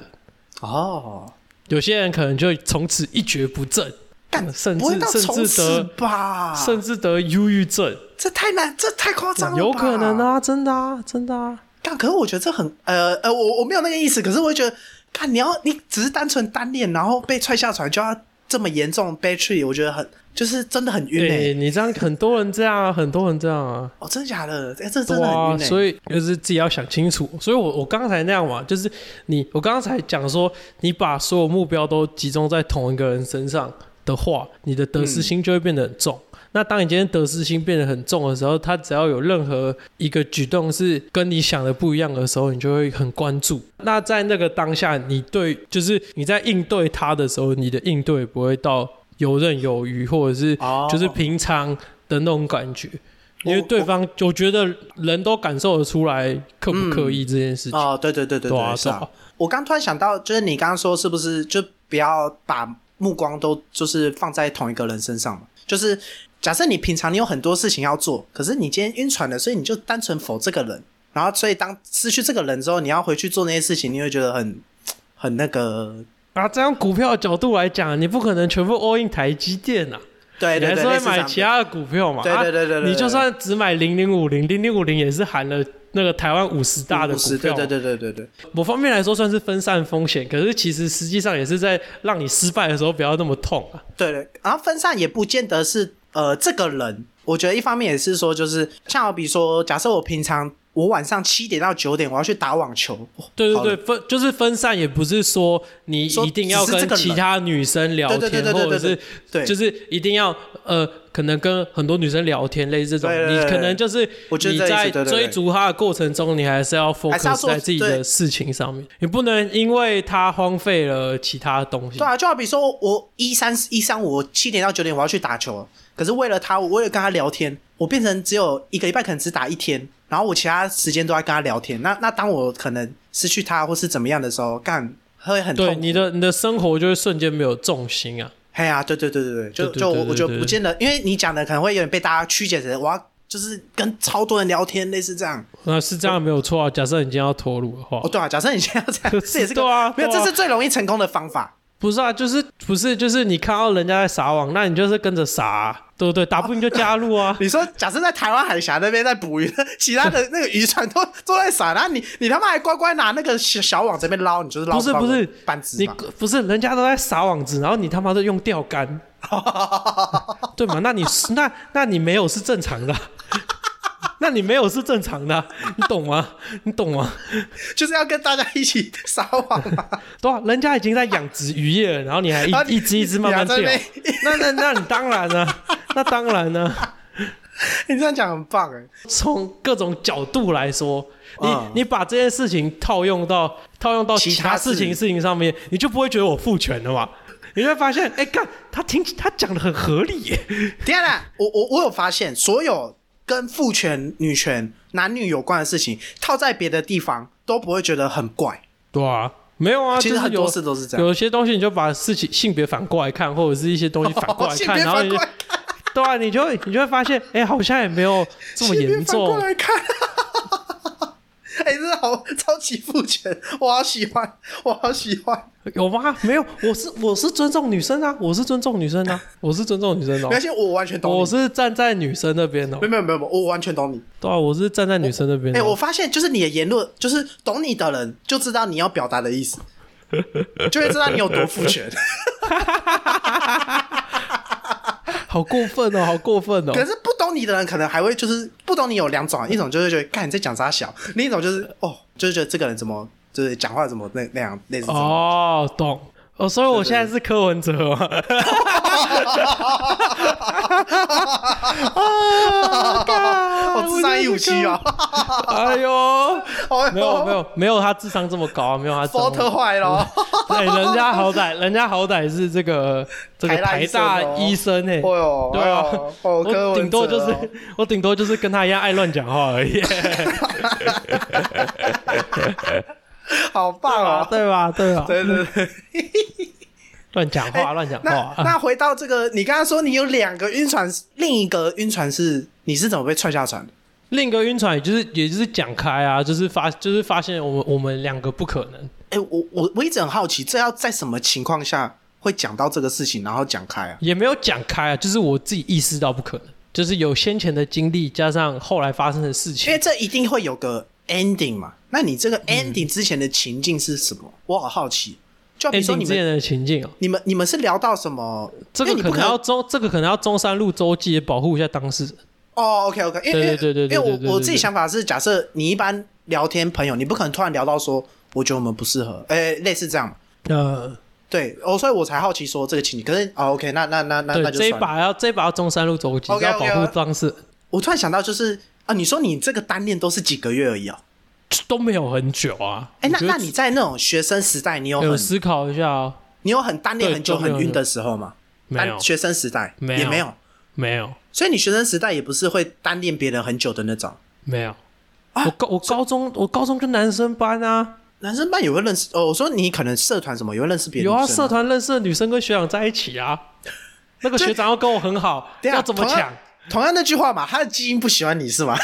D: 哦，
C: 有些人可能就从此一蹶不振，
D: 干
C: 甚
D: 不会
C: 至
D: 到
C: 甚
D: 从
C: 至
D: 此
C: 得
D: 吧？
C: 甚至得忧郁症，
D: 这太难，这太夸张了，
C: 有可能。啊，真的啊，真的啊，
D: 干，可是我觉得这很呃呃，我我没有那个意思，可是我会觉得，干你要你只是单纯单恋，然后被踹下船就要这么严重 b a t r y 我觉得很就是真的很晕
C: 对、
D: 哎、
C: 你这样很多人这样啊，很多人这样啊。
D: 哦，真的假的？哎、这
C: 对
D: 真的很
C: 啊，
D: 晕哎、
C: 所以就是自己要想清楚。所以我我刚才那样嘛，就是你我刚才讲说，你把所有目标都集中在同一个人身上的话，你的得失心就会变得很重。那当你今天得失心变得很重的时候，他只要有任何一个举动是跟你想的不一样的时候，你就会很关注。那在那个当下，你对就是你在应对他的时候，你的应对不会到游刃有余，或者是
D: 哦
C: 就是平常的那种感觉。
D: 我
C: 因为对方，我觉得人都感受得出来刻不刻意这件事情，
D: 哦，对对对对
C: 对啊，
D: 是
C: 对
D: 啊
C: 啊。
D: 我刚突然想到，就是你刚刚说是不是就不要把目光都就是放在同一个人身上嘛？就是假设你平常你有很多事情要做，可是你今天晕船了，所以你就单纯否这个人，然后所以当失去这个人之后，你要回去做那些事情，你会觉得很很那个，
C: 啊，这样股票的角度来讲，你不可能全部 all in 台积电啊，
D: 对对
C: 你还
D: 对，
C: 是
D: 类
C: 会
D: 似这
C: 买
D: 样
C: 其他的股票嘛。
D: 对对对对对
C: 啊
D: 对
C: 你就算只买零零五零，零零五零也是含了那个台湾五十大的
D: 五
C: 股
D: 十
C: 票
D: 对
C: 嘛。
D: 对对对对对，
C: 某方面来说算是分散风险，可是其实实际上也是在让你失败的时候不要那么痛啊。
D: 对对，然后分散也不见得是呃这个人，我觉得一方面也是说，就是像我比如说，假设我平常我晚上七点到九点我要去打网球，哦
C: 对
D: 好
C: 对
D: 了
C: 对，分就是分散，也不是说你
D: 说
C: 一定要
D: 只是这
C: 跟
D: 个人
C: 其他女生聊
D: 对对
C: 天，
D: 对对对
C: 或者是
D: 对
C: 就是一定要呃，可能跟很多女生聊天，类似这
D: 对对
C: 种，
D: 对
C: 你
D: 对
C: 可能就是
D: 我觉得
C: 你
D: 这意思
C: 在
D: 对对对
C: 追逐她的过程中，你还是要
D: 还是要
C: focus
D: 做
C: 在自己
D: 对
C: 的事情上面，你不能因为她荒废了其他东西
D: 对。啊，就好比说我一三一三五我七点到九点我要去打球，可是为了他，我为了跟他聊天，我变成只有一个礼拜可能只打一天，然后我其他时间都在跟他聊天。那那当我可能失去他或是怎么样的时候，干会很痛
C: 对
D: 苦。
C: 你的你的生活就会瞬间没有重心啊。
D: 哎呀，对对对对对，就
C: 对对
D: 就我
C: 对对
D: 我
C: 对
D: 觉得
C: 对
D: 不见得，因为你讲的可能会有点被大家曲解成我要就是跟超多人聊天，类似这样。
C: 那是这样没有错啊。假设你今天要脱乳的话
D: 哦，，对啊，假设你现在要 这样，这也是个
C: 对啊
D: 没有，
C: 对
D: 这
C: 啊
D: 是最容易成功的方法。
C: 不是啊，就是不是就是你看到人家在撒网，那你就是跟着撒啊、对不对？打不赢就加入 啊。
D: 你说，假设在台湾海峡那边在捕鱼，其他的那个渔船都都在撒，然后你你他妈还乖乖拿那个小小网这边捞，你就是捞
C: 不是
D: 到
C: 不是
D: 板子
C: 你
D: 嘛？
C: 不是人家都在撒网子，然后你他妈的用钓竿，对吗？那你那那你没有是正常的啊、 那你没有是正常的啊、你懂吗？你懂吗？
D: 就是要跟大家一起撒网嘛。
C: 对啊，人家已经在养殖渔业了，然后你 还一
D: 然啊后你
C: 一只一只慢慢钓
D: 你还在，
C: 那那那你当然了、那当然啊了、
D: 你这样讲很棒哎，
C: 从各种角度来说，你、
D: 嗯
C: 你把这件事情套用到套用到
D: 其
C: 其
D: 他
C: 他
D: 事
C: 事情事情上面，你就不会觉得我父权了嘛？你会发现，哎、干，他听他讲的很合理耶。
D: 天啊！我我我有发现，所有跟父权、女权、男女有关的事情，套在别的地方都不会觉得很怪。
C: 对啊，没有啊，
D: 其实
C: 就是
D: 很多
C: 有
D: 事都是这样。
C: 有些东西你就把事情性别反过来看，或者是一些东西反过来
D: 哦 性
C: 看，
D: 别
C: 然后
D: 反
C: 你
D: 过
C: 就
D: 来看，
C: 对啊，你就会你就会发现，哎、好像也没有这么
D: 性别
C: 严
D: 反过
C: 重。
D: 来看。 哎、真的好超级父权，我好喜欢，我好喜欢。
C: 有吗？没有，我是我是尊重女生啊，我是尊重女生啊，我是尊重女生哦、
D: 没关系，我完全懂你。
C: 我是站在女生那边哦、
D: 没有没有没有，我完全懂你。
C: 对啊，我是站在女生那边
D: 哎、
C: 哦、
D: 我发现就是你的言论，就是懂你的人就知道你要表达的意思，就会知道你有多父权。
C: 好过分哦，好过分哦！
D: 可是不懂你的人，可能还会就是不懂你有两种，一种就是觉得干你在讲啥小，另一种就是哦，就是觉得这个人怎么就是讲话怎么那那样类似这种。
C: 哦，懂哦，所以我现在是柯文哲哦 吗？啊干
D: 我智商一五七啊！
C: 哎呦，
D: 哎呦
C: 没有没 有没有，他智商这么高啊，没有他智商这
D: ，photo
C: 么高。
D: 坏了。
C: 哎，人家好歹人家好歹是这个这个
D: 台
C: 台
D: 大
C: 大
D: 医哦
C: 医生哎，
D: 哎呦
C: 对啊
D: 哎呦，哦柯文
C: 我顶多
D: 哲
C: 就是
D: 哦
C: 我顶多就是跟他一样爱乱讲话而 已。
D: 好棒啊！
C: 对吧？对啊吧？
D: 对对对，
C: 乱讲
D: 哎
C: 话，乱讲
D: 那
C: 话。
D: 那回到这个，你刚刚说你有两个晕船，另一个晕船是你是怎么被踹下船的？
C: 另一个晕船，也就是也就是讲开啊，就是发就是发现我们我们两个不可能。
D: 哎、我我我一直很好奇，这要在什么情况下会讲到这个事情，然后讲开啊？
C: 也没有讲开啊，就是我自己意识到不可能，就是有先前的经历加上后来发生的事
D: 因为
C: 情。
D: 哎这一定会有个 ending 嘛。那你这个
C: 嗯
D: ending 之前的情境是什么？我好好奇。就比
C: 哎，
D: 如说
C: 你
D: 你
C: 之前
D: 们、
C: 的情境哦、
D: 你们、你们是聊到什么？
C: 这
D: 因
C: 个
D: 为你
C: 可
D: 不
C: 能要中，这个可能要中山路周记保护一下当事人。
D: 哦，OK OK，因为
C: 对对对对对
D: 因
C: 对
D: 为
C: 对
D: 我
C: 对
D: 我自己想法是，假设你一般聊天朋友，你不可能突然聊到说，我觉得我们不适合，哎、类似这样嘛。
C: 呃，
D: 对，哦，所以我才好奇说这个情景。可是哦，OK，那那那那
C: 对
D: 那，就
C: 这一
D: 算了。
C: 把要这一把要中山路周记
D: OK，OK，
C: 要保护当事人，
D: 我突然想到，就是啊，你说你这个单恋都是几个月而已哦。
C: 都没有很久啊。
D: 哎、那
C: 我觉得
D: 那你在那种学生时代，你有很
C: 有思考一下哦、
D: 你有很单恋
C: 对
D: 很久
C: 都没有
D: 很晕的时候吗？
C: 没有
D: 单学生时代
C: 没有
D: 也没有，
C: 没有
D: 所以你学生时代也不是会单恋别人很久的那种。
C: 没有。
D: 啊
C: 我高我高中我高中跟男生班啊，
D: 男生班也会认识哦，我说你可能社团什么也会认识别人。
C: 有啊，社。团认识的女生跟学长在一起 啊，那个
D: 这
C: 学长要跟 我很好，
D: 等一下
C: 要怎么
D: 啊同样
C: 抢？
D: 同样那句话嘛，他的基因不喜欢你是吗？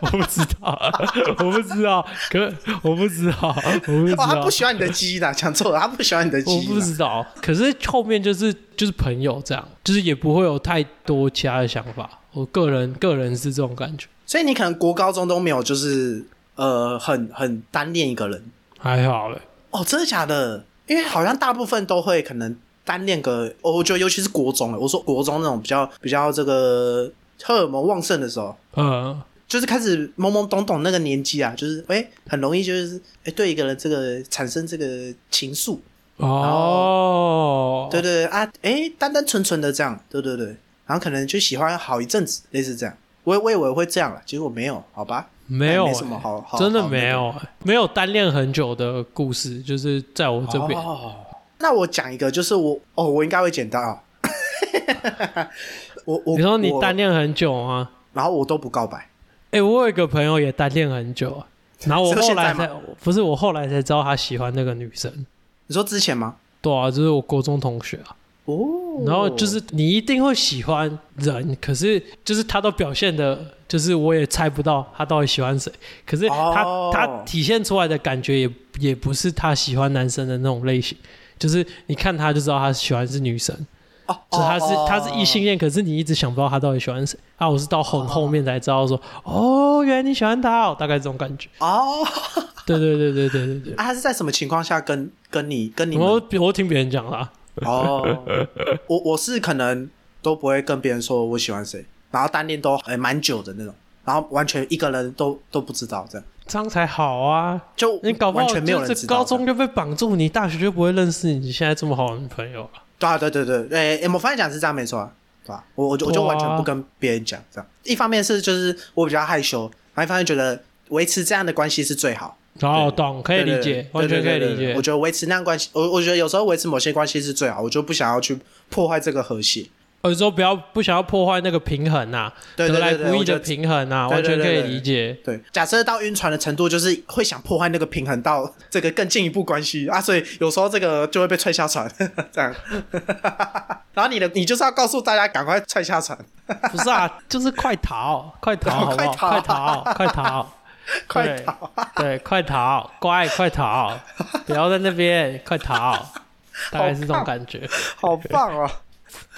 C: 我不知道， 我不知道，可我不知道，我 不知
D: 哦，他
C: 道
D: 不，啊喜欢你的鸡啦， 讲错了，他不喜欢你的
C: 我
D: 鸡
C: 不
D: 啦。
C: 知道。可是后面就是就是朋友这样，就是也不会有太多其他的想法。我个人个人是这种感觉，
D: 所以你可能国高中都没有，就是呃，很很单恋一个人。
C: 还好嘞。
D: 哦，真的假的？因为好像大部分都会可能单恋个，哦，我觉得尤其是国中，我说国中那种比较比较这个荷尔蒙旺盛的时候，
C: 嗯，
D: 就是开始懵懵懂懂那个年纪啊，就是哎、诶很容易就是哎、诶对一个人这个产生这个情愫，
C: 哦，
D: 对对对啊，哎、单单纯纯的这样，对对对，然后可能就喜欢好一阵子，类似这样。我我以为会这样了，结果没有，好吧？
C: 没有、
D: 哎
C: 欸，
D: 没什么好好
C: 真的
D: 好那
C: 没
D: 个
C: 有、欸，没有单恋很久的故事，就是在我这边。
D: 哦。那我讲一个，就是我哦，我应该会捡到 啊。我我
C: 你说你
D: 我
C: 单恋很久吗？
D: 然后我都不告白，
C: 哎、我有一个朋友也单恋很久啊，然后我
D: 是
C: 后
D: 现
C: 来
D: 在
C: 才
D: 吗
C: 不是我后来才知道他喜欢那个女生。
D: 你说之前吗？
C: 对啊，就是我国中同学啊。
D: 哦，
C: 然后就是你一定会喜欢人，可是就是他都表现的，就是我也猜不到他到底喜欢谁。可是他、
D: 哦
C: 他体现出来的感觉也也不是他喜欢男生的那种类型，就是你看他就知道他喜欢是女生。
D: 哦，
C: 就他是
D: 哦
C: 他是异性，恋，可是你一直想不到他到底喜欢谁啊！我是到
D: 哦
C: 很后面才知道说，哦，原来你喜欢他、哦，大概这种感觉。
D: 哦，
C: 对对对对对 对对，
D: 啊，他是在什么情况下跟跟你跟你们？
C: 我我听别人讲啦，
D: 哦，我我是可能都不会跟别人说我喜欢谁，然后单恋都哎蛮、久的那种，然后完全一个人都都不知道这样，
C: 这样才好啊！
D: 就
C: 你搞不
D: 完
C: 好
D: 全没有
C: 就
D: 人
C: 是
D: 知道。
C: 高中就被绑住，你大学就不会认识你现在这么好的朋友了。
D: 对啊，对对对，哎、哎我发现讲是这样没错、啊，对吧、我我就我就
C: 对啊
D: 完全不跟别人讲这样，一方面是就是我比较害羞，然后一方面觉得维持这样的关系是最好。
C: 然后哦懂，可以理解，
D: 对
C: 完
D: 对
C: 全可以
D: 对对
C: 理
D: 对
C: 解
D: 我。觉得维持那样关系，我我觉得有时候维持某些关系是最好，我就不想要去破坏这个和谐。
C: 有哦时候不要不想要破坏那个平衡呐，
D: 对对
C: 得来
D: 对对，
C: 不易
D: 我觉
C: 的
D: 得
C: 平衡呐，
D: 对
C: 完
D: 对
C: 全
D: 对
C: 可以
D: 对
C: 理解。
D: 对，假设到晕船的程度，就是会想破坏那个平衡，到这个更进一步关系啊，所以有时候这个就会被踹下船，这样。 然后你的你就是要告诉大家赶快踹下船，
C: 不是啊，就是快逃，快逃，好不好？快
D: 快
C: 逃，快逃。
D: 快啊逃！
C: 对，快逃，乖，快逃，不要在那边，快逃，大概是这种感觉。
D: 好棒哦！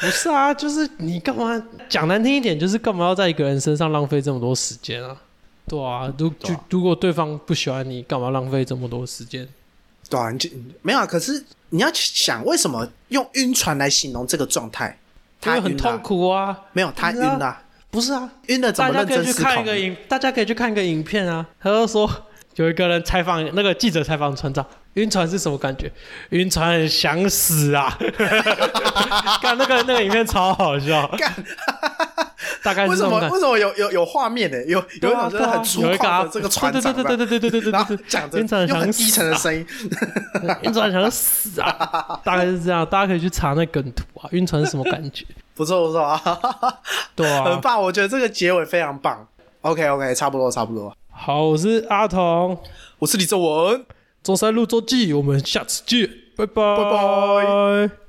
C: 不是啊，就是你干嘛讲难听一点，就是干嘛要在一个人身上浪费这么多时间啊？对啊，如就
D: 对啊
C: 如果对方不喜欢你，干嘛浪费这么多时间？
D: 对啊，你就没有啊，可是你要想为什么用晕船来形容这个状态？
C: 因
D: 他
C: 为
D: 晕了
C: 很痛，苦啊。
D: 没有他晕
C: 你知
D: 了，
C: 不是啊，
D: 晕了怎
C: 大
D: 么
C: 家
D: 认
C: 可以
D: 真
C: 去
D: 思考
C: 看一？个影，大家可以去看一个影片啊。他就说有一个人采访那个记者采访船长，晕船是什么感觉？晕船很想死 啊！ 看那个那个影片超好笑，大概
D: 为
C: 是这种
D: 什么
C: 感觉
D: 为。什么有有有画面呢？有有一种真
C: 对啊
D: 的很粗
C: 有一
D: 犷
C: 啊
D: 的这个船
C: 对
D: 长，
C: 对对对对对对对
D: 然
C: 对
D: 后
C: 对，
D: 讲着
C: 晕船很
D: 用
C: 想
D: 很低
C: 死
D: 沉的
C: 啊，
D: 声音，
C: 晕船很想死啊，大概是这样。大家可以去查那梗图啊，晕船是什么感觉？
D: 不错不错啊，
C: 对
D: 很
C: 啊，
D: 棒，我觉得这个结尾非常棒。OK OK，差不多差不多，
C: 好，我是阿童，
D: 我是李正文。
C: 中山路周记，我们下次见，拜拜
D: 拜
C: 拜。